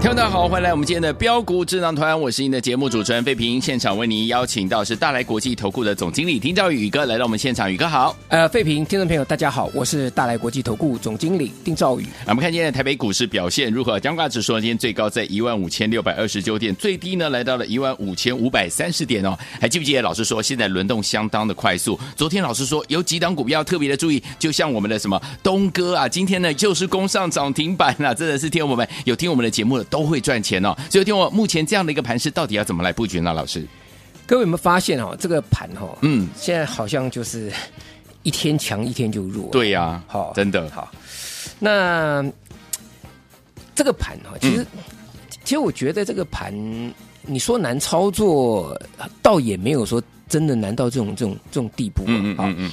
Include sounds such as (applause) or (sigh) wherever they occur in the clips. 听众大家好，欢迎来我们今天的标股智囊团，我是您的节目主持人费平。现场为您邀请到是大来国际投顾的总经理丁兆宇宇哥来到我们现场，宇哥好。呃，费平，听众朋友，大家好，我是大来国际投顾总经理丁兆宇。啊我们看今天的台北股市表现如何？加挂指数呢今天最高在15,629点，最低呢来到了15,530点哦。还记不记得老师说现在轮动相当的快速？昨天老师说有几档股票特别的注意，就像我们的什么东哥啊，今天呢就是攻上涨停板了、真的是听我们有听我们的节目的都会赚钱哦。所以听我目前这样的一个盘势，到底要怎么来布局呢？老师，各位有没有发现哦，这个盘哦，嗯，现在好像就是一天强一天就弱。，对呀、好真的，好，那嘖这个盘哈、哦，其实、嗯其实我觉得这个盘，你说难操作，倒也没有说真的难到这种这种这种地步啊。嗯嗯好嗯嗯，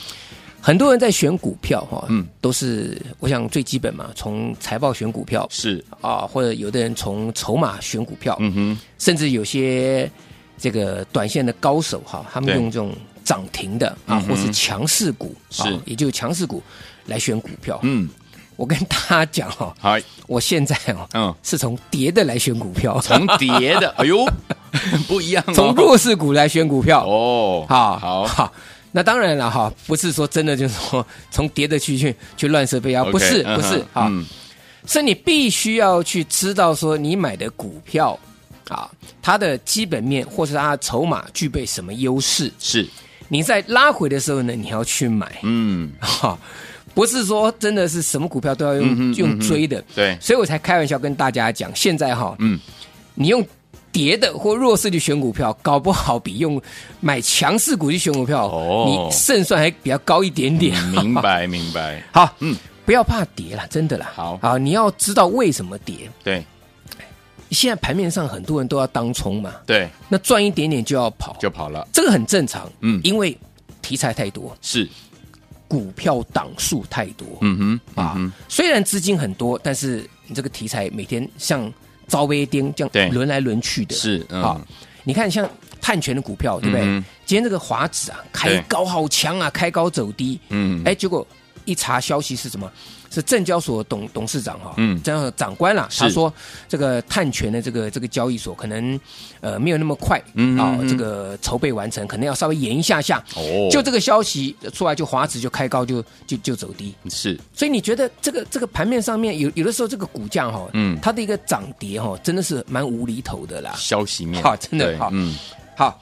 很多人在选股票哈、嗯都是我想最基本嘛，从财报选股票是，啊，或者有的人从筹码选股票，嗯哼，甚至有些这个短线的高手哈，他们对用这种涨停的啊，嗯哼或是强势股啊是，也就是强势股来选股票。嗯，我跟大家讲哈，好，我现在哦，嗯是从跌的来选 (laughs) 股票，重叠的，哎呦，不一样、哦，从弱势股来选股票。哦，好好，好，那当然了哈，不是说真的就是说从跌的去去去乱射飞啊， OK，不是嗯哼不是啊，嗯是你必须要去知道说你买的股票啊，它的基本面或是它的筹码具备什么优势，是，你在拉回的时候呢，你要去买 (laughs) 嗯，哈、不是说真的是什么股票都要用、嗯哼嗯用哼追的，对，所以我才开玩笑跟大家讲，现在哈、嗯，你用跌的或弱势去选股票，搞不好比用买强势股去选股票，哦嗯你胜算还比较高一点点。明白，明白， (laughs) 好，嗯嗯，不要怕跌了，真的啦。好好，你要知道为什么跌。对，现在盘面上很多人都要当冲嘛，对，那赚一点点就要跑，就跑了，这个很正常。嗯嗯，因为题材太多，是，股票档数太多。嗯哼，啊，嗯哼，虽然资金很多，但是你这个题材每天像招微丁这对样轮来轮去的，是，啊嗯，。你看像碳权的股票，对不对？嗯哼今天这个华指啊，开高好强啊，开高走低，嗯，哎，结果一查消息是什么？是证交所董董事长哈、嗯嗯，这样长官啦、是他说这个碳权的这个这个交易所可能呃没有那么快啊、嗯哼嗯这个筹备完成，可能要稍微延一下下。哦就这个消息出来，就华指就开高就就就走低，是，所以你觉得这个这个盘面上面有有的时候这个股价哈、嗯它的一个涨跌哈、真的是蛮无厘头的啦。消息面，好真的对好嗯，好，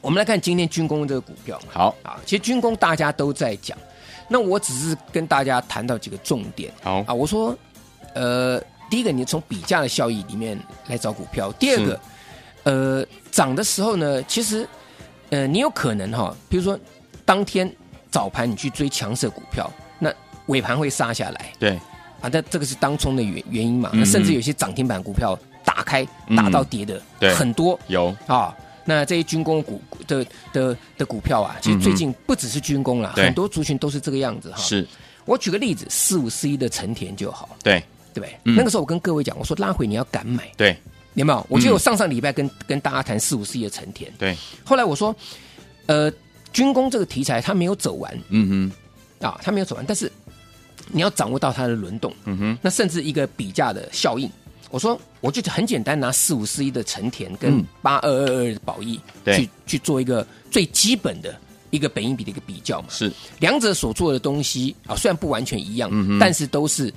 我们来看今天军工这个股票好，啊，其实军工大家都在讲，那我只是跟大家谈到几个重点好，啊，我说，呃，第一个你从比价的效益里面来找股票，第二个，呃，涨的时候呢，其实，呃，你有可能哈、比如说当天早盘你去追强势股票，那尾盘会杀下来。对，啊，那这个是当冲的原原因嘛？嗯那甚至有些涨停板股票打开打到跌的、对很多有，啊。那这些军工股的的的股票啊，其实嗯哼最近不只是军工啦，对很多族群都是这个样子哈。，是，我举个例子，四五四一的成田就好，对，对不对？嗯那个时候我跟各位讲，我说拉回你要敢买，对，有没有？我记嗯得我上上礼拜跟、跟大家谈四五四一的成田，对，后来我说，呃，军工这个题材它没有走完嗯哼，啊，它没有走完，但是你要掌握到它的轮动，嗯哼，那甚至一个比价的效应。我说，我就很简单拿四五四一的成田跟嗯八二二二的宝益对去去做一个最基本的一个本益比的一个比较嘛。是，两者所做的东西啊，虽然不完全一样，嗯哼但是都是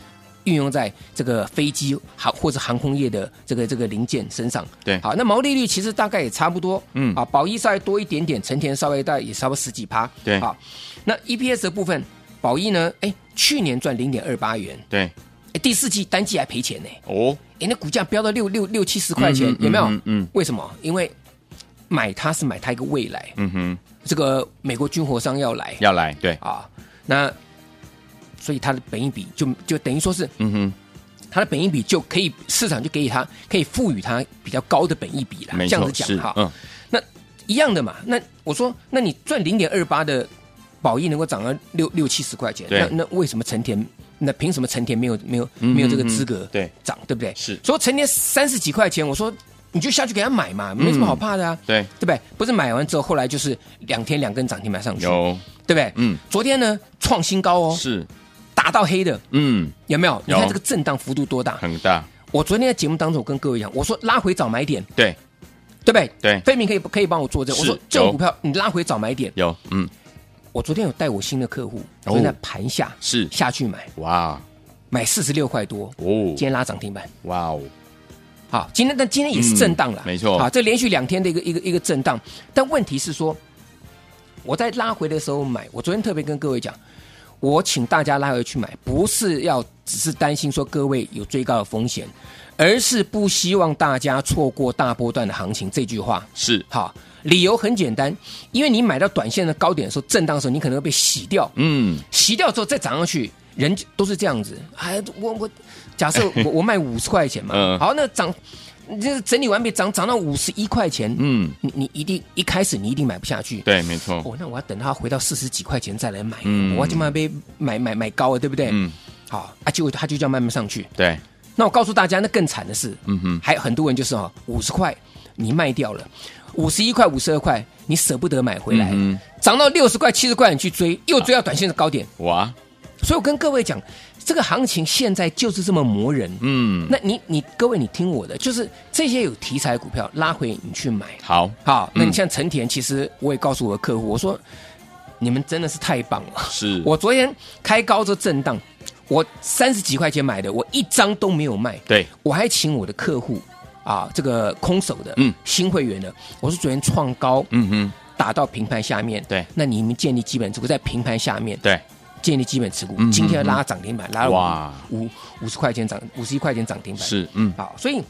运用在这个飞机航或者航空业的这个这个零件身上。对好，那毛利率其实大概也差不多，嗯啊，宝益稍微多一点点，成田稍微大概也差不多十几趴，E 对好，那 EPS 的部分，宝益呢，哎，去年赚零点二八元，对，哎，诶第四季单季还赔钱呢、哦，哎，那股价飙到六六六七十块钱嗯，哼有没有？嗯嗯嗯为什么？因为买它是买它一个未来，嗯哼，这个美国军火商要来要来，对，啊，那所以它的本益比就就等于说是嗯它的本益比就可以市场就给予它可以赋予它比较高的本益比了哼，没，这样错，子是讲哈，，嗯，那一样的嘛。那我说，那你赚零点二八的宝益能够涨到六六七十块钱，对那那为什么成田？那凭什么成田没有没有没有这个资格嗯对涨，对不对？是所以成田三十几块钱，我说你就下去给他买嘛，没什么好怕的啊，嗯对对不对？不是买完之后，后来就是两天两根涨停板上去，有，对不对？嗯，昨天呢创新高哦，是，打到黑的，嗯，有没有？你看有这个震荡幅度多大？很大，我昨天在节目当中，我跟各位讲，我说拉回早买点，对，对不对？对飞明可以可以帮我作证。是我说这种有股票你拉回早买点，有，嗯，我昨天有带我新的客户，哦昨天在盘下是，下去买，哇，买四十六块多，哦今，天拉涨停板。哇哦，好，啊今天但今天也是震荡了、嗯没错好，这连续两天的一个一个一个震荡，但问题是说，我在拉回的时候买，我昨天特别跟各位讲，我请大家拉回去买，不是要只是担心说各位有追高的风险，而是不希望大家错过大波段的行情。这句话是，好，理由很简单，因为你买到短线的高点的时候，震荡的时候，你可能会被洗掉，嗯，洗掉之后再涨上去，人就都是这样子。哎，我我假设我我卖五十块钱嘛， (laughs) 嗯好，那涨这整理完毕，涨涨到五十一块钱，嗯，你你一定一开始你一定买不下去。对，没错，哦，那我要等它回到四十几块钱再来买，嗯我要慢慢被买买买高了，对不对？嗯，好，啊，结果它就这样慢慢上去。对，那我告诉大家，那更惨的是，嗯哼，还有很多人就是哈、哦，五十块你卖掉了，五十一块、五十二块，你舍不得买回来，嗯涨到六十块、七十块，你去追，又追到短线的高点。哇，所以我跟各位讲，这个行情现在就是这么磨人。嗯，那你你各位你听我的，就是这些有题材的股票拉回你去买。好，好，那嗯你像成田，其实我也告诉我的客户，我说你们真的是太棒了。是，我昨天开高这震荡，我三十几块钱买的，我一张都没有卖。对，我还请我的客户啊，这个空手的，嗯嗯，新会员的，我说昨天创高嗯哼，打到平盘下面，对那你们建立基本持股在平盘下面，，对，建立基本持股，嗯今天拉涨停板，拉哇了五五五十块钱涨，五十一块钱涨停板，，是，嗯，好，所以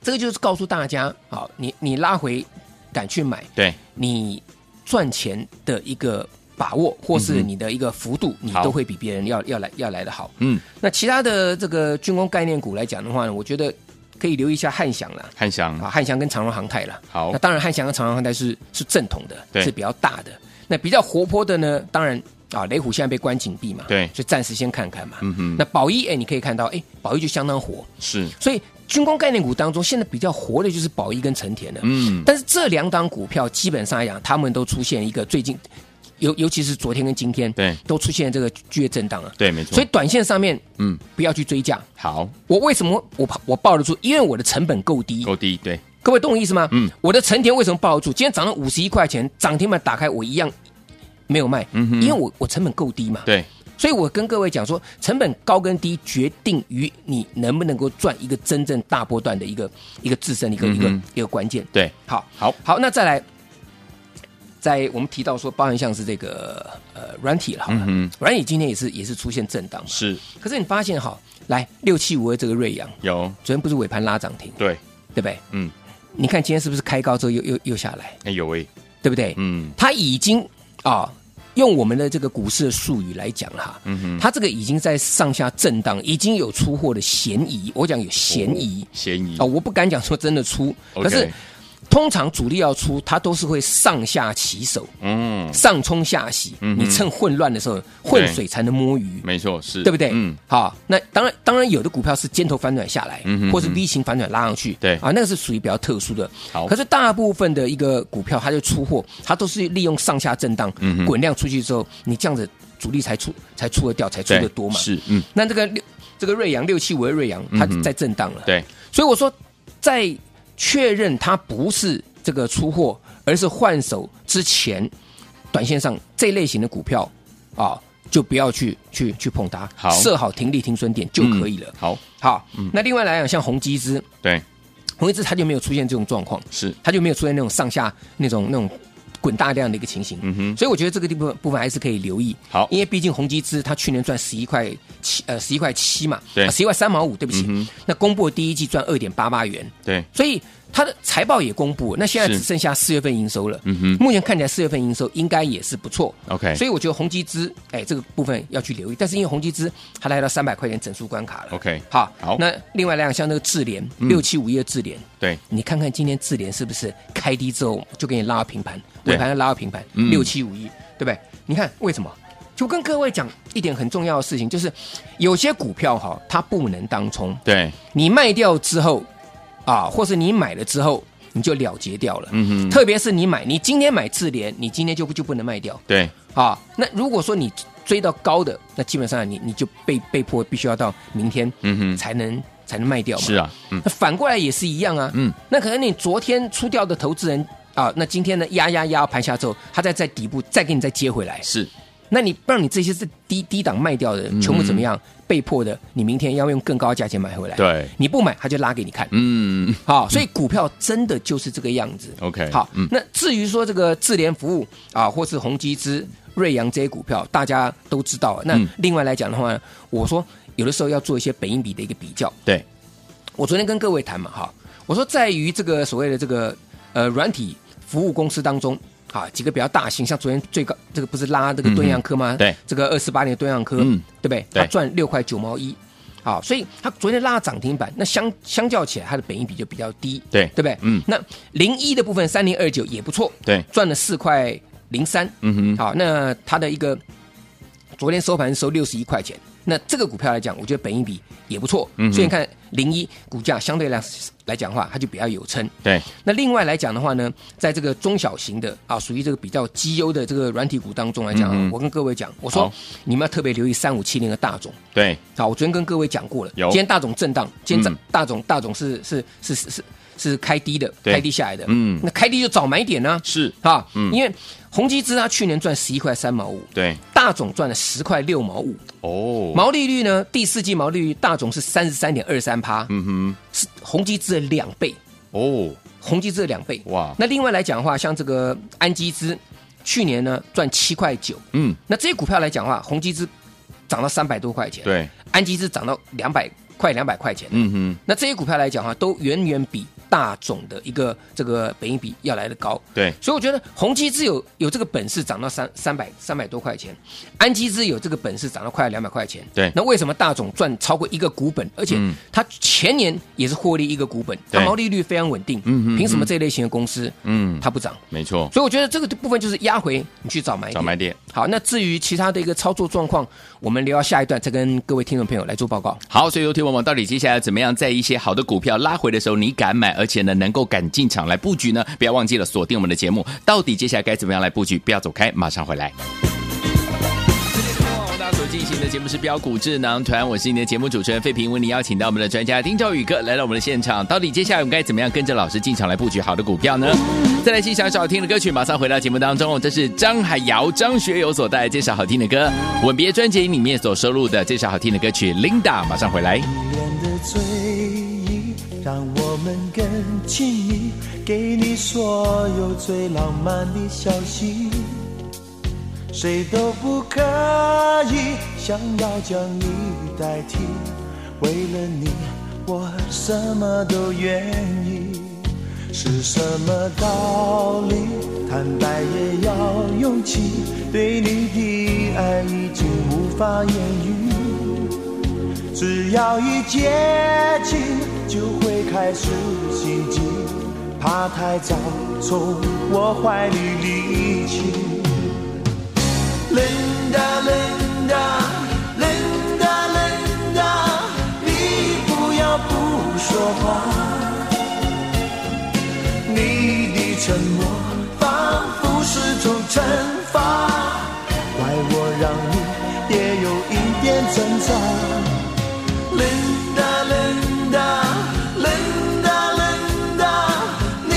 这个就是告诉大家，好，你你拉回敢去买，对，你赚钱的一个把握，或是你的一个幅度，你嗯好都会比别人要要来要来的好。嗯，那其他的这个军工概念股来讲的话呢，我觉得可以留意一下汉翔啦，汉翔，啊，汉翔跟长荣航太啦。嗯好那，当然汉翔跟长荣航太是是正统对的，是比较大的。那比较活泼的呢，当然啊，雷虎现在被关紧闭嘛，对所以暂时先看看嘛。嗯哼那宝一，哎，你可以看到，哎，宝一就相当火，是，所以军工概念股当中，现在比较活的就是宝一跟成田了。嗯，但是这两档股票基本上来讲，他们都出现一个最近，尤尤其是昨天跟今天，对都出现这个剧烈震荡啊。对，没错，所以，短线上面嗯，不要去追价。好，我为什么我跑我抱得住？因为我的成本够低。够低，对，各位懂我意思吗？嗯，我的成田为什么抱得住？今天涨到五十一块钱，涨停板打开我一样没有卖，嗯哼因为我我成本够低嘛。对，所以我跟各位讲说，成本高跟低决定于你能不能够赚一个真正大波段的一个一个自身的一个、嗯一个一个关键。对，好，好，好，那再来，在我们提到说，包含像是这个呃软体了，好了，嗯哼，软体今天也是也是出现震荡嘛，是可是你发现哈，来六七五二这个瑞阳，有，昨天不是尾盘拉涨停，对，对不对？嗯，你看今天是不是开高之后又又又下来，哎有哎，对不对？嗯，它已经啊，用我们的这个股市的术语来讲哈，嗯哼，它这个已经在上下震荡，已经有出货的嫌疑。我讲有嫌疑哦嫌疑啊、，我不敢讲说真的出，可 OK 是通常主力要出，它都是会上下起手，嗯，上冲下洗。嗯哼你趁混乱的时候，混水才能摸鱼，没错，是，对不对？嗯，好，那当然，当然有的股票是尖头反转下来，嗯哼或是 V 型反转拉上去，对啊，那个是属于比较特殊的。好可是大部分的一个股票，它就出货，它都是利用上下震荡、嗯哼滚量出去之后，你这样子主力才出才出得掉，才出对得多嘛。是，嗯，那这个六这个瑞阳六七五的瑞阳，它嗯哼在震荡了。对，所以我说，在确认它不是这个出货，而是换手之前，短线上这类型的股票啊，就不要去去去碰它，好嗯设好停利停损点就可以了。好，好，那另外来讲，像宏基资，对，宏基资它就没有出现这种状况，是，它就没有出现那种上下那种那种滚大量的一个情形。嗯哼所以我觉得这个地部分部分还是可以留意。好因为毕竟宏基资它去年赚十一块七，呃，十一块七嘛，啊对十一块三毛五，对不起。嗯哼那公布的第一季赚二点八八元，对，所以它的财报也公布了，那现在是只剩下四月份营收了。嗯哼目前看起来四月份营收应该也是不错。 OK 所以我觉得宏基资，哎，这个部分要去留意。但是因为宏基资它来到三百块钱整数关卡了。 OK 好，好那另外两像那个智联嗯六七五一的智联，对，你看看今天智联是不是开低之后就给你拉到平盘，对尾盘拉到平盘嗯六七五一，对不对？你看为什么？就跟各位讲一点很重要的事情，就是有些股票哈，它不能当冲，对，你卖掉之后啊，或是你买了之后，你就了结掉了。嗯哼特别是你买，你今天买智联，你今天就不就不能卖掉对，啊。那如果说你追到高的，那基本上你你就被被迫必须要到明天嗯哼，才能、才能卖掉嘛。是啊，嗯，那反过来也是一样啊。嗯，那可能你昨天出掉的投资人啊，那今天呢压压压盘下之后，他再在底部再给你再接回来，是，那你让你这些是低低档卖掉嗯的，全部怎么样？被迫的，你明天要用更高的价钱买回来。对你不买，他就拉给你看。嗯好，所以股票真的就是这个样子。 ，OK，好，嗯，那至于说这个智联服务啊，或是宏基资、瑞阳这些股票，大家都知道。啊那嗯另外来讲的话呢，我说有的时候要做一些本应比的一个比较。对，我昨天跟各位谈嘛，哈，我说在于这个所谓的这个呃软体服务公司当中。啊，几个比较大型，像昨天最高这个不是拉这个敦阳科吗？嗯对这个二十八年的敦阳科，嗯对不对？对它赚六块九毛一，好，所以它昨天拉涨停板，那相相较起来，它的本益比就比较低，对对不对？嗯那零一的部分三零二九也不错，对赚了四块零三，嗯哼，好，那它的一个昨天收盘收六十一块钱，那这个股票来讲，我觉得本益比也不错，嗯哼所以你看零一股价相对来来讲的话，它就比较有撑。对，那另外来讲的话呢，在这个中小型的啊，属于这个比较绩优的这个软体股当中来讲啊，嗯哼我跟各位讲，我说好你们要特别留意三五七零的大种。对，好，我昨天跟各位讲过了，有今天大总震荡，今天嗯大大总大总是是是是是是开低的，对开低下来的，嗯那开低就早买点呢、是，啊，嗯因为宏基资它去年赚十一块三毛五，对，大总赚了十块六毛五，哦，毛利率呢，第四季毛利率大总是三十三点二三趴，嗯是宏基资的两倍，哼，哦，宏基资的两倍。哇，那另外来讲的话，像这个安基资，去年呢赚七块九，嗯，那这些股票来讲的话，宏基资涨到三百多块钱，，对，安基资涨到两百快两百块钱，嗯哼，那这些股票来讲的话，都远远比大总的一个这个本益比要来的高。对，所以我觉得宏基资有有这个本事涨到三三百三百多块钱，安基资有这个本事涨到快两百块钱。对那为什么大总赚超过一个股本，而且嗯它前年也是获利一个股本，它对毛利率非常稳定。嗯嗯嗯凭什么这类型的公司嗯，它不涨？没错，所以我觉得这个部分就是压回你去找买点。找买点。好，那至于其他的一个操作状况，我们留到下一段再跟各位听众朋友来做报告。好，所以有听我们到底接下来怎么样，在一些好的股票拉回的时候，你敢买，而且呢能够敢进场来布局呢？不要忘记了锁定我们的节目，到底接下来该怎么样来布局？不要走开，马上回来。大家所进行的节目是标股智囊团，我是你的节目主持人费平，为你邀请到我们的专家丁兆宇哥来到我们的现场。到底接下来我们该怎么样跟着老师进场来布局好的股票呢？再来欣赏一首好听的歌曲，马上回到节目当中。这是张海瑶、张学友所带来这首好听的歌《吻别》专辑里面所收录的这首好听的歌曲《Linda》，马上回来。迷恋的醉意，让我们更亲密，给你所有最浪漫的消息。谁都不可以想要将你代替，为了你，我什么都愿意。是什么道理？坦白也要勇气，对你的爱已经无法言语。只要一接近，就会开始心悸，怕太早从我怀里离去。Linda Linda Linda Linda，你不要不说话，你的沉默仿佛是种惩罚，怪我让你也有一点挣扎。Linda Linda Linda Linda，你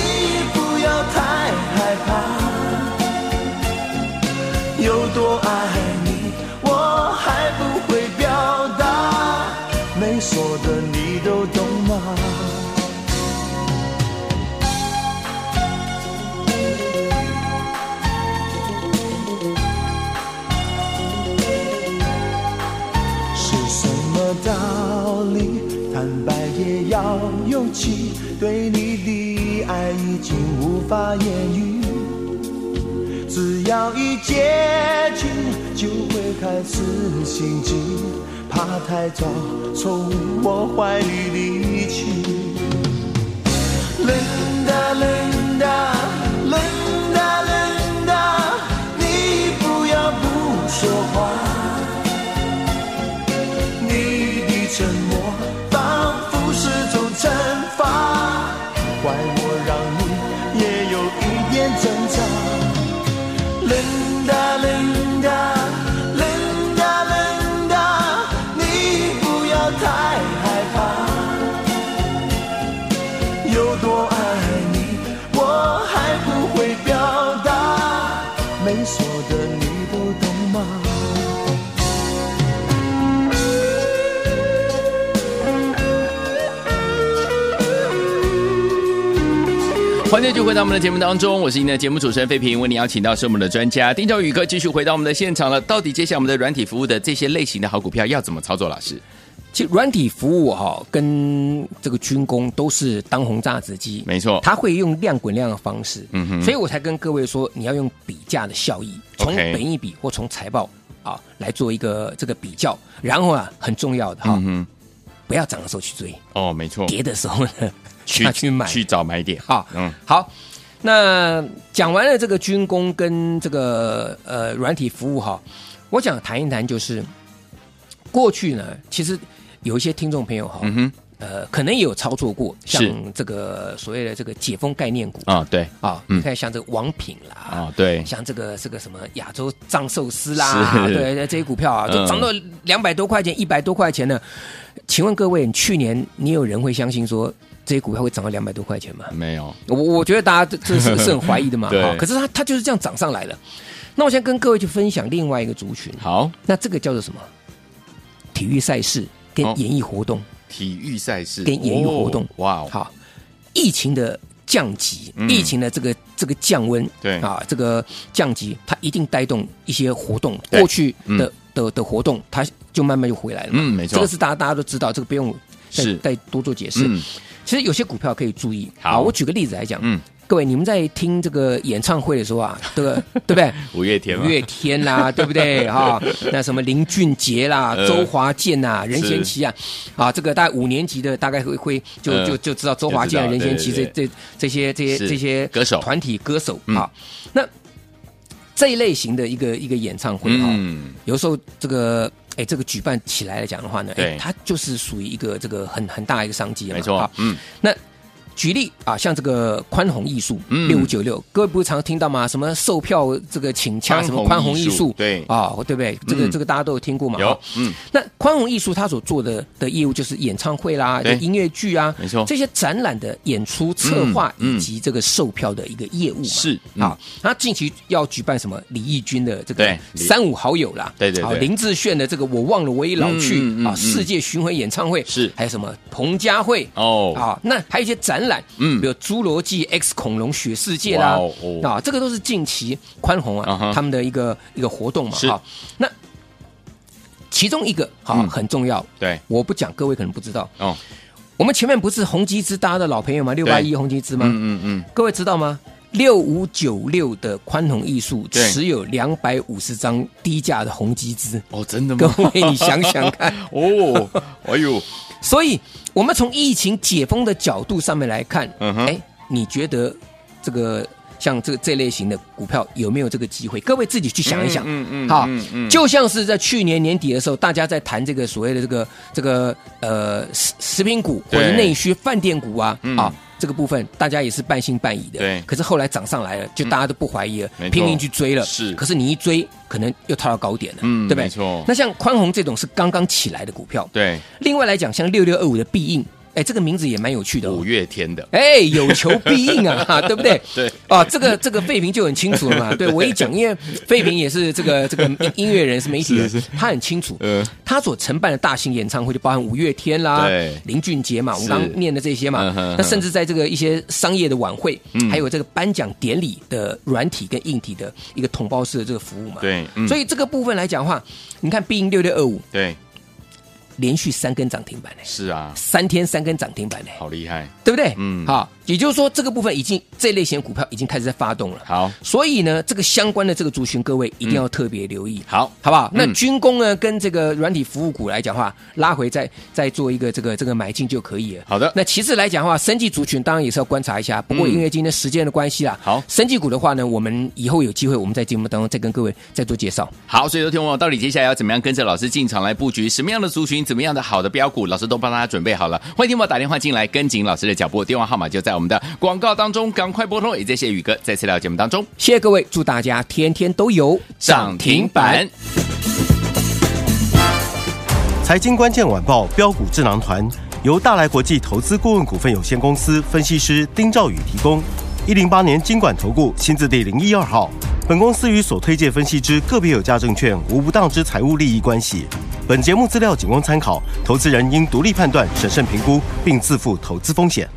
不要太害怕，有多爱你，我还不会表达，没说的你都懂吗？要勇气，对你的爱已经无法言语。只要一接近，就会开始心悸，怕太早从我怀里离去。冷的冷的冷的冷的，你不要不说话。你的沉默仿佛是种惩罚，怪我让你也有一点挣扎。冷的冷的冷的冷的，你不要太害怕。有多爱你，我还不会表达，没说的你都懂吗？欢迎就回到我们的节目当中，我是您的节目主持人费平，为您邀请到是我们的专家丁兆宇哥，继续回到我们的现场了。到底接下来我们的软体服务的这些类型的好股票要怎么操作？老师，其实软体服务哈、跟这个军工都是当红炸子鸡，没错它会用量滚量的方式，嗯哼所以我才跟各位说，你要用比价的效益，从 OK 本益比或从财报啊来做一个这个比较，然后啊，很重要的哈、嗯哼，不要涨的时候去追，哦，没错，跌的时候呢下去买去找买点啊，嗯，好，那讲完了这个军工跟这个呃软体服务哈，我想谈一谈就是过去呢，其实有一些听众朋友哈，嗯哼，呃，可能也有操作过，像是这个所谓的这个解封概念股啊，啊，对，嗯你看像这个王品啦，啊，对，像这个这个什么亚洲藏寿司啦，是对这些股票啊，都嗯涨到两百多块钱、一百多块钱呢。请问各位，你去年你有人会相信说这些股票会涨到两百多块钱吗？没有，我我觉得大家这这是是很怀疑 (laughs) 的嘛，对哈可是它它就是这样涨上来了。那我先跟各位去分享另外一个族群，好，那这个叫做什么？体育赛事跟哦演艺活动，体育赛事跟演艺活动哦哇哦，好，疫情的降级，嗯疫情的这个这个降温，对啊，这个降级，它一定带动一些活动，对过去嗯的、的的活动，它就慢慢就回来了嘛。嗯没错这个是大家大家都知道，这个不用再是再多做解释。嗯，其实有些股票可以注意。好啊我举个例子来讲，嗯各位你们在听这个演唱会的时候啊， (laughs) 对不对？(laughs) 对不对？五月天啊五嘛，月天 (laughs) 啦、对不对？哈、那什么林俊杰啦、呃周华健呐、任贤齐啊，啊，这个大概五年级的大概会会就、呃就就知道周华健、啊就知任道贤齐这对这这些这是些这些歌手团体歌手嗯啊。那这一类型的一个一个演唱会啊，嗯，有时候这个哎这个举办起来来讲的话呢，对哎，它就是属于一个这个很很大一个商机嘛没错啊，嗯，那举例啊，像这个宽宏艺术嗯六五九六，各位不是常听到吗？什么售票这个请洽，宽宏什么宽宏艺艺术术，对啊、对不对？这个、嗯这个大家都有听过嘛？啊有，嗯，那宽宏艺术它所做的的业务就是演唱会啦、对音乐剧啊，没错这些展览的演出策划嗯嗯以及这个售票的一个业务嘛是嗯啊。那近期要举办什么李翊君的这个对李三五好友啦，对对啊对林志炫的这个我忘了我已老去、嗯嗯嗯啊嗯世界巡回演唱会是还有什么彭佳慧哦，啊，那还有一些展览，嗯嗯，比如《侏罗纪 X 恐龙血世界》哇啦哦哦，啊，这个都是近期宽宏啊哈啊他们的一个一个活动嘛，是哈。那其中一个哈嗯很重要，对，我不讲，各位可能不知道，哦，我们前面不是宏基资大家的老朋友吗？六八一宏基资吗？嗯嗯嗯，各位知道吗？六五九六的宽宏艺术对持有两百五十张低价的宏基资，哦，真的各吗？位你想想看，哦，哎呦，所以，我们从疫情解封的角度上面来看，嗯嗯哼哼，哎，你觉得这个像这这类型的股票有没有这个机会？各位自己去想一想，嗯嗯嗯好嗯嗯，就像是在去年年底的时候，大家在谈这个所谓的这个这个呃食食品股或对者内需饭店股啊，嗯啊。这个部分大家也是半信半疑的，对嗯可是后来涨上来了，就大家都不怀疑了，没错拼命去追了。是可是你一追，可能又套到高点了，嗯对不对？没错那像宽宏这种是刚刚起来的股票，对，另外来讲，像六六二五的必应，哎，这个名字也 (laughs) 蛮有趣的、五哦。月天的，哎，有求必应啊， (laughs) 哈，对不对？对啊，这个这个费平就很清楚了 (laughs) 嘛。对我一讲，因为费平也是这个这个音音乐人，是媒体人，他很清楚。呃，他所承办的大型演唱会就包含五月天啦对、林俊杰嘛，我是们刚刚念的这些嘛嗯哼，嗯那甚至在这个一些商业的晚会，还有这个颁奖典礼的软体跟硬体的一个统包式的这个服务嘛。对嗯所以这个部分来讲的话，你看必应六六二五，对，连续三根涨停板呢，是啊，三天三根涨停板呢，好厉害，对不对？嗯好，也就是说这个部分已经这类型股票已经开始在发动了。好，所以呢，这个相关的这个族群，各位一定要特别留意。好，好不好？那嗯军工呢，跟这个软体服务股来讲话，拉回再再做一个这个这个买进就可以了。好的那其次来讲的话，生技族群当然也是要观察一下，不过嗯因为今天时间的关系啦，啊好生技股的话呢，我们以后有机会我们在节目当中再跟各位再做介绍。好，所以说听哦我到底接下来要怎么样跟着老师进场来布局什么样的族群，怎么样的好的标股，老师都帮大家准备好了。欢迎听我打电话进来，跟紧老师的脚步，电话号码就在我们的广告当中，赶快拨通。也谢谢宇哥再次来到节目当中，谢谢各位，祝大家天天都有涨停板。财经关键晚报标股智囊团由大来国际投资顾问股份有限公司分析师丁兆宇提供。一零八年经管投顾新字第零一二号。本公司与所推介分析之个别有价证券无不当之财务利益关系。本节目资料仅供参考，投资人应独立判断、审慎评估，并自负投资风险。